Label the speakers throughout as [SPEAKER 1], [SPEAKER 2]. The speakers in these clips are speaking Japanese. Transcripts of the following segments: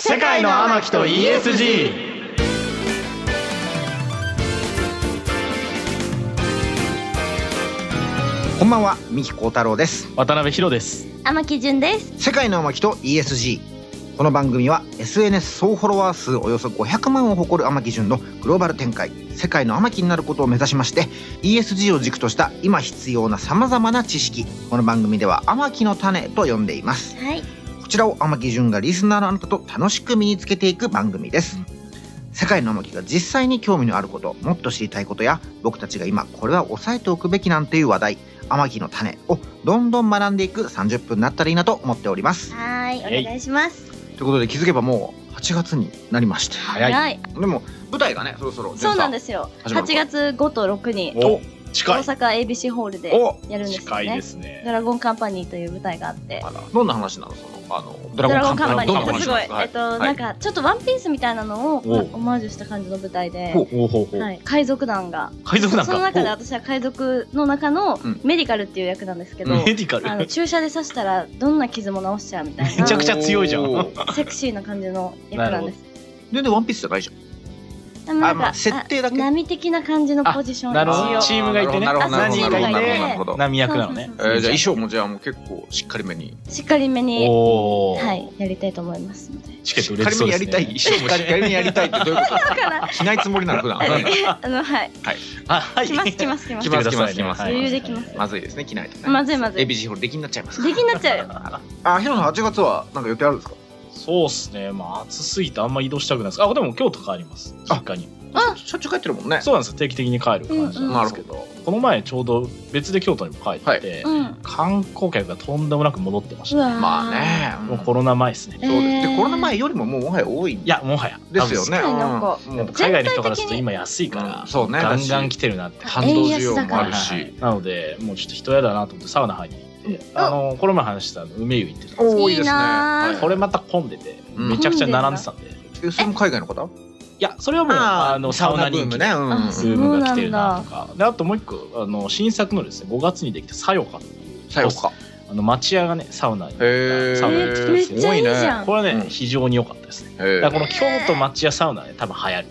[SPEAKER 1] 世界の天木と ESG
[SPEAKER 2] こんばんは、三木幸太郎です。
[SPEAKER 1] 渡辺博です
[SPEAKER 3] 天木純です。
[SPEAKER 2] 世界の天木と ESG。この番組は SNS 総フォロワー数およそ500万を誇る天木純のグローバル展開、世界の天木になることを目指しまして、ESG を軸とした今必要な様々な知識、この番組では天木の種と呼んでいます。
[SPEAKER 3] はい。
[SPEAKER 2] こちらを天木純がリスナーのあなたと楽しく身につけていく番組です。世界の天木が実際に興味のあること、もっと知りたいことや、僕たちが今これは押さえておくべきなんていう話題、天木の種をどんどん学んでいく30分になったらいいなと思っております。
[SPEAKER 3] はい、
[SPEAKER 1] はい
[SPEAKER 3] お願いします。
[SPEAKER 2] ということで気づけばもう8月になりまして。
[SPEAKER 1] 早い
[SPEAKER 3] い。
[SPEAKER 2] でも舞台がね、そろそろ。。
[SPEAKER 3] そうなんですすよ。
[SPEAKER 2] 始まる
[SPEAKER 3] 8月5と6に
[SPEAKER 1] お
[SPEAKER 3] 大
[SPEAKER 1] 近
[SPEAKER 3] 阪 ABC ホールで
[SPEAKER 2] お
[SPEAKER 3] やるんですよ
[SPEAKER 1] 近いで
[SPEAKER 3] ね。
[SPEAKER 1] すね
[SPEAKER 3] ドラゴンカンパニーという舞台があって。
[SPEAKER 2] あらどんな話なのその、あの、ド
[SPEAKER 3] ドラゴンカンパニ
[SPEAKER 1] ドラゴンカンパニー
[SPEAKER 3] ーすごい
[SPEAKER 2] ドラゴンカンパニーは
[SPEAKER 3] えっとな
[SPEAKER 2] はい
[SPEAKER 3] んかちょっとワンピースみたいなのを
[SPEAKER 1] お
[SPEAKER 3] オマージュした感じの舞台で
[SPEAKER 2] ほう
[SPEAKER 1] ほうほうほう、
[SPEAKER 3] はい海賊団が
[SPEAKER 1] 海賊なん
[SPEAKER 3] その中で
[SPEAKER 1] か
[SPEAKER 3] 私は海賊の中の
[SPEAKER 2] うん
[SPEAKER 3] メディカルっていう役なんですけど
[SPEAKER 1] おメディカ
[SPEAKER 3] あの
[SPEAKER 1] ル
[SPEAKER 3] 注射で刺したらどんな傷も治しちゃうみたい
[SPEAKER 1] めちゃく
[SPEAKER 3] な
[SPEAKER 1] ちゃ強いじゃん
[SPEAKER 2] おー
[SPEAKER 3] セクシーな感じの役なんです
[SPEAKER 2] 全然ワンピースじゃないじゃん。
[SPEAKER 3] でもな
[SPEAKER 2] あ
[SPEAKER 3] ん
[SPEAKER 2] ま
[SPEAKER 3] か
[SPEAKER 2] あ設定だけ
[SPEAKER 3] 波的な感じのポジション
[SPEAKER 1] なるほ
[SPEAKER 3] 一
[SPEAKER 1] ど
[SPEAKER 3] 応
[SPEAKER 1] チームがいてね
[SPEAKER 2] なるほどなるほ
[SPEAKER 1] 三人が
[SPEAKER 2] ど
[SPEAKER 3] なるほど
[SPEAKER 1] いて
[SPEAKER 3] なるほ
[SPEAKER 2] ど
[SPEAKER 1] 波役なのね
[SPEAKER 3] そうそう
[SPEAKER 2] えーじゃあ
[SPEAKER 3] そう
[SPEAKER 2] 衣装もじゃあもう結構しっかりめに。
[SPEAKER 3] しっかりめに、
[SPEAKER 1] おお、
[SPEAKER 3] はい、やりたいと思いますので
[SPEAKER 1] チケット売
[SPEAKER 2] しっ
[SPEAKER 1] れ
[SPEAKER 2] か
[SPEAKER 1] て
[SPEAKER 2] り
[SPEAKER 1] そ
[SPEAKER 2] め
[SPEAKER 1] うですね
[SPEAKER 2] にやりたい。衣装もしっかりめにやりたいってどういうこと
[SPEAKER 3] だから
[SPEAKER 2] しないつもりなの普段。
[SPEAKER 3] あのはい
[SPEAKER 2] はい。
[SPEAKER 1] あはい
[SPEAKER 3] 来ます来ます来ま
[SPEAKER 2] 来
[SPEAKER 3] す
[SPEAKER 2] ます来ます来ます
[SPEAKER 3] 余裕で来ます
[SPEAKER 2] まずいですね、着ないとね。
[SPEAKER 3] まずいまずい
[SPEAKER 2] ABC ホールできになっちゃいますか
[SPEAKER 3] 出来になっちゃうよ
[SPEAKER 2] ら。あ、ヒロさん、8月はなんか予定あるんですか
[SPEAKER 1] そうっすねまあ暑すぎてあんま移動したくないですあでも京都帰ります実家に
[SPEAKER 3] あ
[SPEAKER 2] しょっちゅう帰ってるもんね。
[SPEAKER 1] そうなんですよ定期的に帰る感じなんですけど、この前ちょうど別で京都にも帰って、
[SPEAKER 3] うん
[SPEAKER 1] 観光客がとんでもなく戻ってまし
[SPEAKER 3] う
[SPEAKER 1] た、
[SPEAKER 3] わー
[SPEAKER 2] まあね。うん
[SPEAKER 1] もうコロナ前ですね
[SPEAKER 3] えー
[SPEAKER 2] そうです。で、コロナ前よりももうもはや多いん
[SPEAKER 1] いやもはや
[SPEAKER 2] ですよ
[SPEAKER 1] 多分
[SPEAKER 2] ね。
[SPEAKER 3] 確かになんか
[SPEAKER 2] うんも
[SPEAKER 1] やっ
[SPEAKER 2] う
[SPEAKER 1] ぱ海外の人からすると今安いか
[SPEAKER 2] う
[SPEAKER 1] ら
[SPEAKER 2] ん、そうね
[SPEAKER 1] ガンガン来てるなって
[SPEAKER 2] 感動需
[SPEAKER 3] 円安
[SPEAKER 2] 要
[SPEAKER 3] だ
[SPEAKER 2] も
[SPEAKER 3] か
[SPEAKER 2] あ
[SPEAKER 3] ら
[SPEAKER 2] るし。
[SPEAKER 1] なのでもうちょっと人嫌だなと思ってサウナ入りに行って、
[SPEAKER 3] あ
[SPEAKER 1] あのこの前話したあの梅湯行ってたんです
[SPEAKER 2] 多いです
[SPEAKER 3] いい
[SPEAKER 2] ね。
[SPEAKER 3] なー
[SPEAKER 2] はい
[SPEAKER 1] これまた混んでて
[SPEAKER 2] うん
[SPEAKER 1] めちゃくちゃ並んでたんで、い
[SPEAKER 2] えそれも海外の方
[SPEAKER 1] やそれはもうあのサウナ
[SPEAKER 2] ブー
[SPEAKER 1] 人
[SPEAKER 2] ム
[SPEAKER 1] 気
[SPEAKER 2] ね。うん
[SPEAKER 3] あ
[SPEAKER 1] ブームが来てるなとかであともう一個あの新作のですね5月にできた「さよか」
[SPEAKER 2] 最後か。
[SPEAKER 1] あの町屋がねサウナに
[SPEAKER 2] へ
[SPEAKER 1] サウナ
[SPEAKER 3] め
[SPEAKER 1] に
[SPEAKER 3] っ
[SPEAKER 1] 来
[SPEAKER 3] ち
[SPEAKER 1] てたんです
[SPEAKER 3] ゃめっち
[SPEAKER 1] よ
[SPEAKER 3] ゃいいじゃん
[SPEAKER 1] これはね、
[SPEAKER 2] うん
[SPEAKER 1] 非常に良かったですね
[SPEAKER 2] へ
[SPEAKER 1] だからこの京都町屋サウナね多分流行る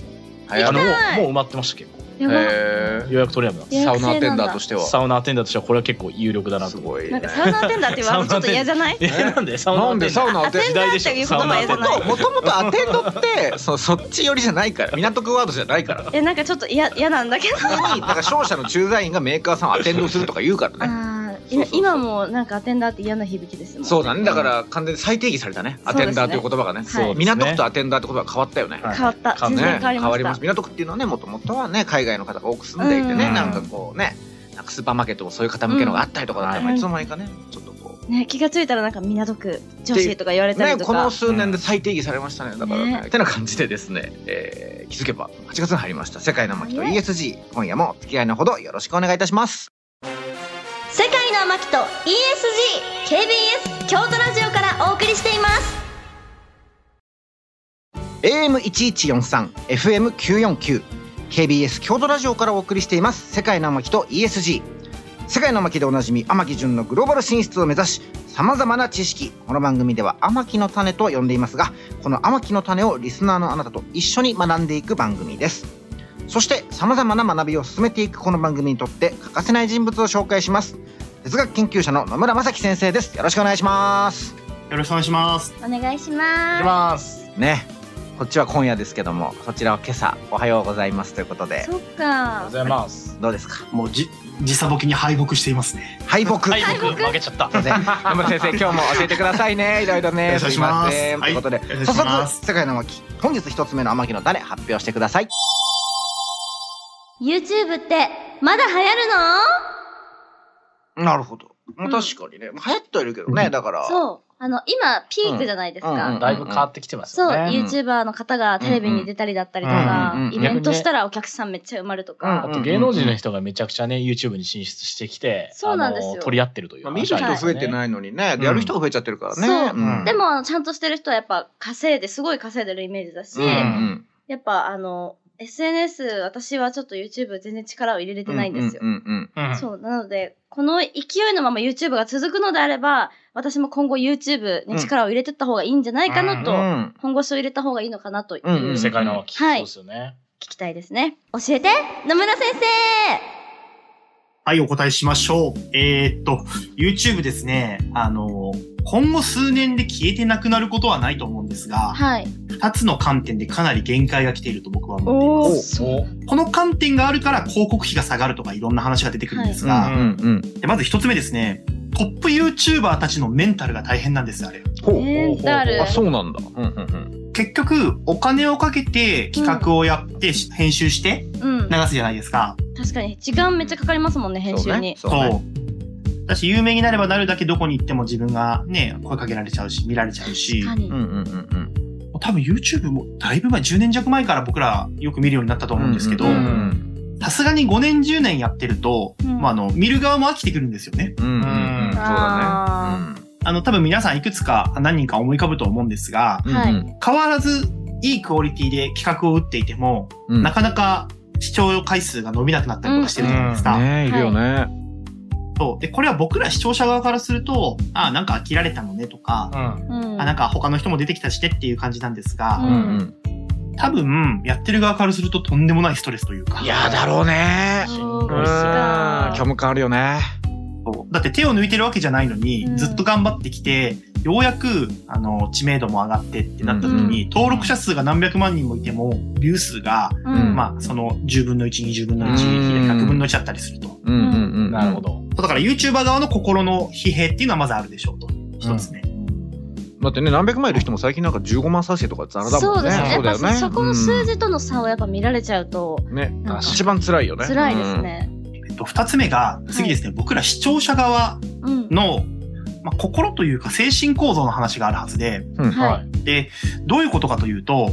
[SPEAKER 2] はいあの
[SPEAKER 1] も
[SPEAKER 3] 行き
[SPEAKER 1] うもう埋まってました結構
[SPEAKER 3] やば
[SPEAKER 2] へー
[SPEAKER 1] 予約取れなくなって
[SPEAKER 3] 予
[SPEAKER 2] サ
[SPEAKER 3] 約
[SPEAKER 2] ウナア
[SPEAKER 3] 制なんだ
[SPEAKER 2] テンダーとしては。
[SPEAKER 1] サウナアテンダーとしてはこれは結構有力だな
[SPEAKER 2] す
[SPEAKER 1] と思って
[SPEAKER 2] ごい
[SPEAKER 3] な
[SPEAKER 2] ね。
[SPEAKER 3] んかサウナアテンダーっ ていうワードちょっと嫌じゃない
[SPEAKER 1] えなんでサウナ
[SPEAKER 2] な
[SPEAKER 1] ア
[SPEAKER 2] ん
[SPEAKER 1] テ
[SPEAKER 2] で
[SPEAKER 1] ンダ
[SPEAKER 2] サ
[SPEAKER 1] ー
[SPEAKER 2] ウナア
[SPEAKER 3] ア
[SPEAKER 2] テンダー
[SPEAKER 3] テンダーっていう言葉嫌じゃない
[SPEAKER 2] もともとアテンドってそそっち寄りじゃないから港区ワードじゃないから
[SPEAKER 3] いやなんかちょっと嫌嫌なんだけど
[SPEAKER 2] 普通になんか商社の駐在員がメーカーさんをアテンドすると か言うからね
[SPEAKER 3] あー
[SPEAKER 2] そうそう
[SPEAKER 3] 今
[SPEAKER 2] そう
[SPEAKER 3] 今もなんかアテンダーって嫌な響きですもん
[SPEAKER 2] そうだねだから完全に再定義されたねアテンダーという言葉がね
[SPEAKER 3] そうですねはい
[SPEAKER 2] 港区とアテンダーって言葉が変わったよね
[SPEAKER 1] はい
[SPEAKER 3] 変わった
[SPEAKER 1] 変
[SPEAKER 3] 全
[SPEAKER 1] わった
[SPEAKER 3] 然
[SPEAKER 2] ね
[SPEAKER 3] 変わりました
[SPEAKER 2] 港区っていうのはねもともとはね海外の方が多く住んでいてね、
[SPEAKER 1] うん
[SPEAKER 2] なんかこうねなんかスーパーマーケットもそういう方向けのがあったりとかだったら、
[SPEAKER 1] うん
[SPEAKER 2] まあいつの間にかねちょっとこ
[SPEAKER 3] ね気がついたらなんか港区女子とか言われ
[SPEAKER 2] う
[SPEAKER 3] た
[SPEAKER 2] ね
[SPEAKER 3] りと
[SPEAKER 2] この
[SPEAKER 3] か、
[SPEAKER 2] 数年で再定義されましたねだからね
[SPEAKER 3] ね
[SPEAKER 2] てな感じでですね、えー気づけば8月に入りました「世界の巻」と ESG 今夜もお付き合いのほどよろしくお願いいたします
[SPEAKER 3] 世界の天木と ESG KBS 京都ラジオからお送りしています
[SPEAKER 2] AM1143FM949 KBS 京都ラジオからお送りしています世界の巻と ESG 世界の巻でおなじみ天木純のグローバル進出を目指しさまざまな知識この番組では天木の種と呼んでいますがこの天木の種をリスナーのあなたと一緒に学んでいく番組ですそしてさまざまな学びを進めていくこの番組にとって欠かせない人物を紹介します哲学研究者の野村正樹先生ですよろしくお願いします
[SPEAKER 4] よろしくお願いします。
[SPEAKER 3] お願いし
[SPEAKER 1] 行き
[SPEAKER 3] ま
[SPEAKER 1] ます
[SPEAKER 2] ねこっちは今夜ですけどもこちらは今朝おはようございますということです
[SPEAKER 3] そっ
[SPEAKER 1] ありがとうご
[SPEAKER 3] か
[SPEAKER 1] ざいます
[SPEAKER 2] どうですか
[SPEAKER 4] もうじ時差ボケに敗北していますね。
[SPEAKER 2] 敗北
[SPEAKER 1] はい僕負けちゃった
[SPEAKER 2] すいません野村先生今日も教えてください ねいろいろね
[SPEAKER 4] お願いします
[SPEAKER 2] すいませんと
[SPEAKER 4] はい
[SPEAKER 2] いうことで、
[SPEAKER 4] お願いし
[SPEAKER 2] 早
[SPEAKER 4] ま
[SPEAKER 2] 速
[SPEAKER 4] す
[SPEAKER 2] 世界の天木本日一つ目の天木の種発表してください
[SPEAKER 3] YouTube ってまだ流行る
[SPEAKER 2] なるほど、まあ、
[SPEAKER 3] うん
[SPEAKER 2] 確かにねまあ流行ってはいるけどねだから
[SPEAKER 3] のそうあの今ピークじゃないですか、
[SPEAKER 2] うんうん
[SPEAKER 1] だいぶ変わってきてます
[SPEAKER 3] そ
[SPEAKER 1] よ
[SPEAKER 3] う、
[SPEAKER 1] ね
[SPEAKER 2] ん
[SPEAKER 3] YouTuber の方がテレビに出たりだったりとか、
[SPEAKER 2] うんうんうん
[SPEAKER 3] イベントしたらお客さんめっちゃ埋まるとか、
[SPEAKER 2] うん
[SPEAKER 1] あと芸能人の人がめちゃくちゃね YouTube に進出してきて
[SPEAKER 3] そうなんですよ
[SPEAKER 1] あの取り合ってるという
[SPEAKER 2] まあ、見る人増えて
[SPEAKER 1] い
[SPEAKER 2] ないのにね、
[SPEAKER 1] うん
[SPEAKER 2] やる人が増えちゃってるからね
[SPEAKER 3] そう
[SPEAKER 1] うん
[SPEAKER 3] でもあのちゃんとしてる人はやっぱ稼いですごい稼いでるイメージだし、
[SPEAKER 2] うんうん
[SPEAKER 3] やっぱあの SNS 私はちょっと YouTube 全然力を入れれてないんですよ、
[SPEAKER 2] うんうんうん
[SPEAKER 1] うん
[SPEAKER 3] そうなのでこの勢いのまま YouTube が続くのであれば、私も今後 YouTube に力を入れてった方がいいんじゃないかなと、
[SPEAKER 2] うん。
[SPEAKER 3] 本腰を入れた方がいいのかなという、
[SPEAKER 2] うんうん
[SPEAKER 1] 世界のき、
[SPEAKER 3] はい
[SPEAKER 1] そうですよね。
[SPEAKER 3] 聞きたいですね。教えて野村先
[SPEAKER 4] はい、お答えしましょう。えーっと、YouTube ですね、あの、今後数年で消えてなくなることはないと思うんです
[SPEAKER 3] 生
[SPEAKER 4] が、
[SPEAKER 3] はい。
[SPEAKER 4] 二つの観点でかなり限界が来ていると僕は思っていま
[SPEAKER 3] お
[SPEAKER 4] す。
[SPEAKER 3] ー
[SPEAKER 1] そう。
[SPEAKER 4] この観点があるから広告費が下がるとかいろんな話が出てくるんですが、
[SPEAKER 2] うんうん。
[SPEAKER 4] でまず一つ目ですね、トップ YouTuber たちのメンタルが大変なんです、あれ。
[SPEAKER 2] ほう。
[SPEAKER 3] メンタル
[SPEAKER 2] あ、。そうなんだ。うんうんうん。
[SPEAKER 4] 結局、お金をかけて企画をやって、編集して
[SPEAKER 3] うん
[SPEAKER 4] 流。すじゃないですか。
[SPEAKER 3] 確かに時間めっちゃかかりますもんね、編集に。
[SPEAKER 2] そうね。
[SPEAKER 4] そう。だし、有名になればなるだけどこに行っても自分がね、声かけられちゃうし、見られちゃうし
[SPEAKER 3] 確、か
[SPEAKER 2] そ
[SPEAKER 3] に
[SPEAKER 2] うねうん。うんうんうん。
[SPEAKER 4] 多分 YouTube もだいぶ前、10年弱前から僕らよく見るようになったと思うんですけど
[SPEAKER 2] う、ん
[SPEAKER 4] さすがに5年、10年やってると、
[SPEAKER 3] うん
[SPEAKER 4] まあ、あの、見る側も飽きてくるんですよね。
[SPEAKER 2] うんうんうん。そうだ
[SPEAKER 3] あ
[SPEAKER 2] ね。
[SPEAKER 4] あの、多分皆さんいくつか何人か思い浮かぶと思うんですが、
[SPEAKER 2] うん
[SPEAKER 3] はい
[SPEAKER 2] うん
[SPEAKER 4] 変わらずいいクオリティで企画を打っていても、
[SPEAKER 2] うん。
[SPEAKER 4] なかなか視聴回数が伸びなくなったりとかしてるじゃないですか。
[SPEAKER 2] ねえいるよね。
[SPEAKER 4] そうで、これは僕ら視聴者側からすると、ああ、なんか飽きられたのねとか、
[SPEAKER 1] うん。
[SPEAKER 3] うん。
[SPEAKER 4] あなんか他の人も出てきたしねっていう感じなんです
[SPEAKER 2] う
[SPEAKER 4] が、
[SPEAKER 2] ん
[SPEAKER 3] う
[SPEAKER 4] 多分、やってる側からするととんでもないストレスというか。
[SPEAKER 2] いやだろうね。
[SPEAKER 3] そうう
[SPEAKER 1] 美味しそ
[SPEAKER 2] ん。
[SPEAKER 3] か
[SPEAKER 2] 虚無感あるよね。
[SPEAKER 4] そうだって手を抜いてるわけじゃないのに、
[SPEAKER 3] うん
[SPEAKER 4] ずっと頑張ってきて、ようやく、あの、知名度も上がってってなった時に、登録者数が何百万人もいても、ビュー数が、
[SPEAKER 2] う
[SPEAKER 3] う
[SPEAKER 2] ん
[SPEAKER 3] ん。
[SPEAKER 4] まあ、その10分の1、20分の1、
[SPEAKER 2] うん
[SPEAKER 4] 100分の1だったりすると。
[SPEAKER 2] うんうんうん。
[SPEAKER 1] なるほ。ど。
[SPEAKER 4] だから YouTuber 側の心の疲弊っていうのはまずあるでしょうと。一つね。
[SPEAKER 2] だってね何百万いる人も最近なんか15万再生とかザラだ
[SPEAKER 3] そ
[SPEAKER 2] も
[SPEAKER 3] うんで
[SPEAKER 2] ね。
[SPEAKER 3] すね。やっぱ
[SPEAKER 2] だよね
[SPEAKER 3] そこの数字との差をやっぱ見られちゃうと
[SPEAKER 2] うんね
[SPEAKER 3] なんか
[SPEAKER 2] 一番辛いよね。
[SPEAKER 3] 辛いですね。
[SPEAKER 4] えっと、二つ目が、次ですね、僕ら視聴者側
[SPEAKER 3] うん。
[SPEAKER 4] の、まあ、心というか精神構造の話があるはずで、
[SPEAKER 2] うん。うん。
[SPEAKER 3] はい。
[SPEAKER 4] で、どういうことかというと、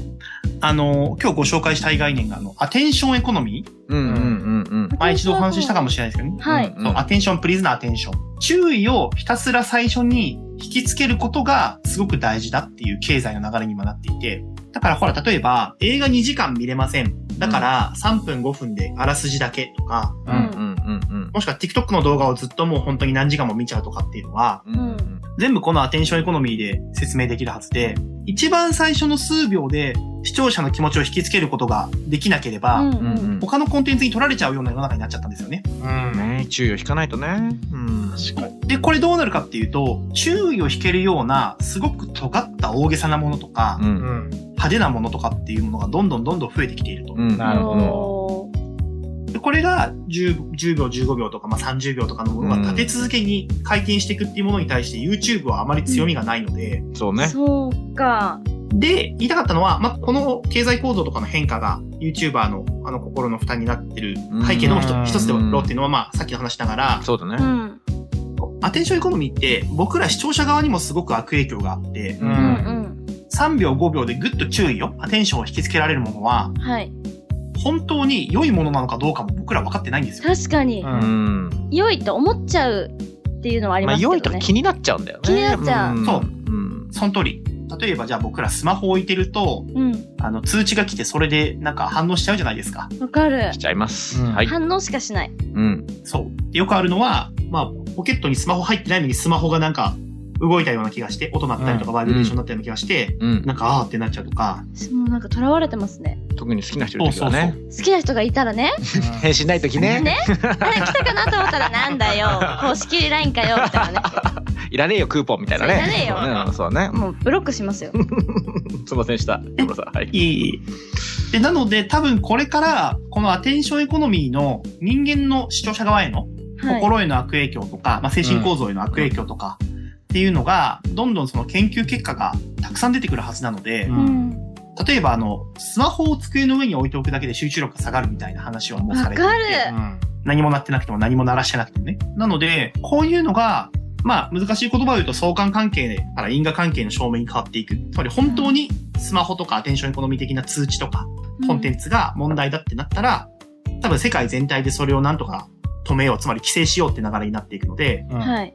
[SPEAKER 4] あの、今日ご紹介したい概念が、あの、アテンションエコノミー
[SPEAKER 2] うんうんうん
[SPEAKER 4] まあ、一度お話ししたかもしれないですけどね。
[SPEAKER 3] はい
[SPEAKER 2] うん
[SPEAKER 4] そうアテンション、プリズナーアテンション。注意をひたすら最初に引きつけることがすごく大事だっていう経済の流れに今なっていて。だからほら、例えば映画2時間見れません。だから3分5分であらすじだけとか、
[SPEAKER 2] うんうんうん
[SPEAKER 4] もしくは TikTok の動画をずっともう本当に何時間も見ちゃうとかっていうのは、
[SPEAKER 2] うん。うん
[SPEAKER 4] 全部このアテンションエコノミーで説明できるはずで、一番最初の数秒で視聴者の気持ちを引きつけることができなければ、
[SPEAKER 3] う
[SPEAKER 2] う
[SPEAKER 3] ん
[SPEAKER 2] んうん。
[SPEAKER 4] 他のコンテンツに取られちゃうような世の中になっちゃったんですよね。
[SPEAKER 1] うん。
[SPEAKER 2] ね注意を引かないとね。うん。
[SPEAKER 1] 確かに。
[SPEAKER 4] で、これどうなるかっていうと、注意を引けるような、すごく尖った大げさなものとか、
[SPEAKER 2] う。
[SPEAKER 1] うんん。
[SPEAKER 4] 派手なものとかっていうものがどんどんどんどん増えてきていると。
[SPEAKER 2] うん。
[SPEAKER 1] なるほ
[SPEAKER 3] ど。
[SPEAKER 4] でこれが 10, 10秒、15秒とか、まあ、30秒とかのものが立て続けに回転していくっていうものに対して YouTube はあまり強みがないので、
[SPEAKER 2] そうね。
[SPEAKER 3] そうか。
[SPEAKER 4] で、言いたかったのは、まあ、この経済構造とかの変化が YouTuber のあの心の負担になってる背景の一
[SPEAKER 1] うん
[SPEAKER 4] つ一つでろっていうのは、まあ、さっきの話しながら、
[SPEAKER 2] そうだ
[SPEAKER 3] う
[SPEAKER 2] ね。
[SPEAKER 3] ん。
[SPEAKER 4] アテンションエコノミーって僕ら視聴者側にもすごく悪影響があって、
[SPEAKER 1] う。
[SPEAKER 3] うんん
[SPEAKER 4] 3秒5秒でぐっと注意を、アテンションを引きつけられるもの
[SPEAKER 3] う
[SPEAKER 4] は、
[SPEAKER 3] ん。はい。
[SPEAKER 4] 本当に良いものなのかどうかも僕ら分かってないんですよ。
[SPEAKER 3] 確かに
[SPEAKER 1] う
[SPEAKER 2] う。ん。
[SPEAKER 3] 良いと思っちゃうっていうのはあり
[SPEAKER 2] ま
[SPEAKER 3] ま
[SPEAKER 2] あ
[SPEAKER 3] すけど
[SPEAKER 2] 良
[SPEAKER 3] ね。
[SPEAKER 2] いとか気になっちゃうんだよね。
[SPEAKER 3] 気になっちゃうん
[SPEAKER 4] そう
[SPEAKER 2] うん。
[SPEAKER 4] その通り。例えばじゃあ僕らスマホ置いてると、
[SPEAKER 3] うん。
[SPEAKER 4] あの通知が来てそれでなんか反応しちゃうじゃないですか。
[SPEAKER 3] わかる
[SPEAKER 2] し。ちゃいます。
[SPEAKER 1] うん
[SPEAKER 2] はい。
[SPEAKER 3] 反応しかしない。
[SPEAKER 2] うん。
[SPEAKER 4] そう。でよくあるのは、まあポケットにスマホ入ってないのにスマホがなんか動いたような気がして、音鳴ったりとかバイブレーションになったような気がして、
[SPEAKER 2] うん。
[SPEAKER 4] なんかあーってなっちゃうとか、
[SPEAKER 3] もうなんか囚われてますね。
[SPEAKER 2] 特に好きな人いる時はね。
[SPEAKER 3] 好きな人がいたらね。
[SPEAKER 2] 返信ない時ね。
[SPEAKER 3] ね。あれ来たかなと思ったらなんだよ。公式 LINE かよ。みたい なね。
[SPEAKER 2] いらねえよクーポンみたいなね。
[SPEAKER 3] そういらねえよ
[SPEAKER 2] うんそうだね。
[SPEAKER 3] もうブロックしますよ。
[SPEAKER 2] うんすいませんでした。ごめんなさい。はい。
[SPEAKER 4] いいいい。で、なので多分これから、このアテンションエコノミーの人間の視聴者側への
[SPEAKER 3] はい。
[SPEAKER 4] 心への悪影響とか、まあ、精神構造への悪影響とかっていうのが、どんどんその研究結果がたくさん出てくるはずなので、
[SPEAKER 1] うん
[SPEAKER 3] うん。
[SPEAKER 4] 例えばあの、スマホを机の上に置いておくだけで集中力が下がるみたいな話はもう
[SPEAKER 3] わ
[SPEAKER 4] さ
[SPEAKER 3] か
[SPEAKER 4] れ
[SPEAKER 3] る
[SPEAKER 4] ていて、。何もなってなくても何も鳴らしてなくてもね。なので、こういうのが、まあ、難しい言葉を言うと相関関係から因果関係の証明に変わっていく。つまり本当にスマホとかアテンションエコノミー的な通知とか、コンテンツが問題だってなったら、多分世界全体でそれをなんとか止めよう、つまり規制しようって流れになっていくので、
[SPEAKER 1] うん。い。
[SPEAKER 3] はい。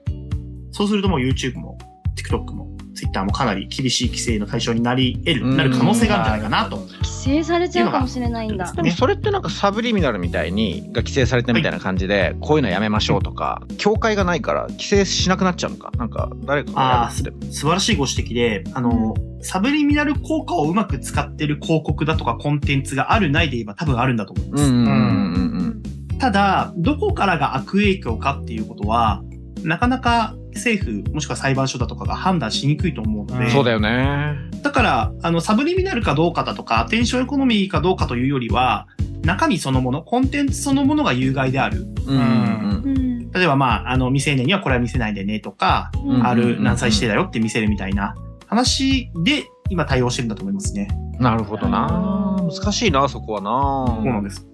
[SPEAKER 4] そうするともう YouTube も TikTok も Twitter もかなり厳しい規制の対象になり得
[SPEAKER 2] う
[SPEAKER 4] る、
[SPEAKER 2] ん
[SPEAKER 4] なる可能性があるんじゃないかなと。
[SPEAKER 3] 規規制されちゃうかもしれないんだ。
[SPEAKER 2] でもそれってなんかサブリミナルみたいにが規制されたみたいな感じで、こういうのやめましょうとか教会がないから規制しなくなっちゃうのかなんか誰かがやるって
[SPEAKER 4] 素晴らしいご指摘で、あの、サブリミナル効果をうまく使ってる広告だとかコンテンツがあるないで言えば多分あるんだと思いま
[SPEAKER 2] う
[SPEAKER 4] す。
[SPEAKER 2] んうんうんうんうん
[SPEAKER 4] ただ、どこからが悪影響かっていうことは、なかなか政府もしくは裁判所だとかが判断しにくいと思うので、
[SPEAKER 1] うん
[SPEAKER 2] そうだよね
[SPEAKER 4] だから、あの、サブリミナルかどうかだとか、アテンションエコノミーかどうかというよりは、中身そのもの、コンテンツそのものが有害である。
[SPEAKER 2] うんうん
[SPEAKER 3] うん。
[SPEAKER 4] 例えば、まあ、あの、未成年にはこれは見せないでねとか、
[SPEAKER 2] んうん
[SPEAKER 4] ある何歳指定だよって見せるみたいな話で、今対応してるんだと思いますね。
[SPEAKER 2] うんなるほどな難しいなそこはな
[SPEAKER 4] そうなんです。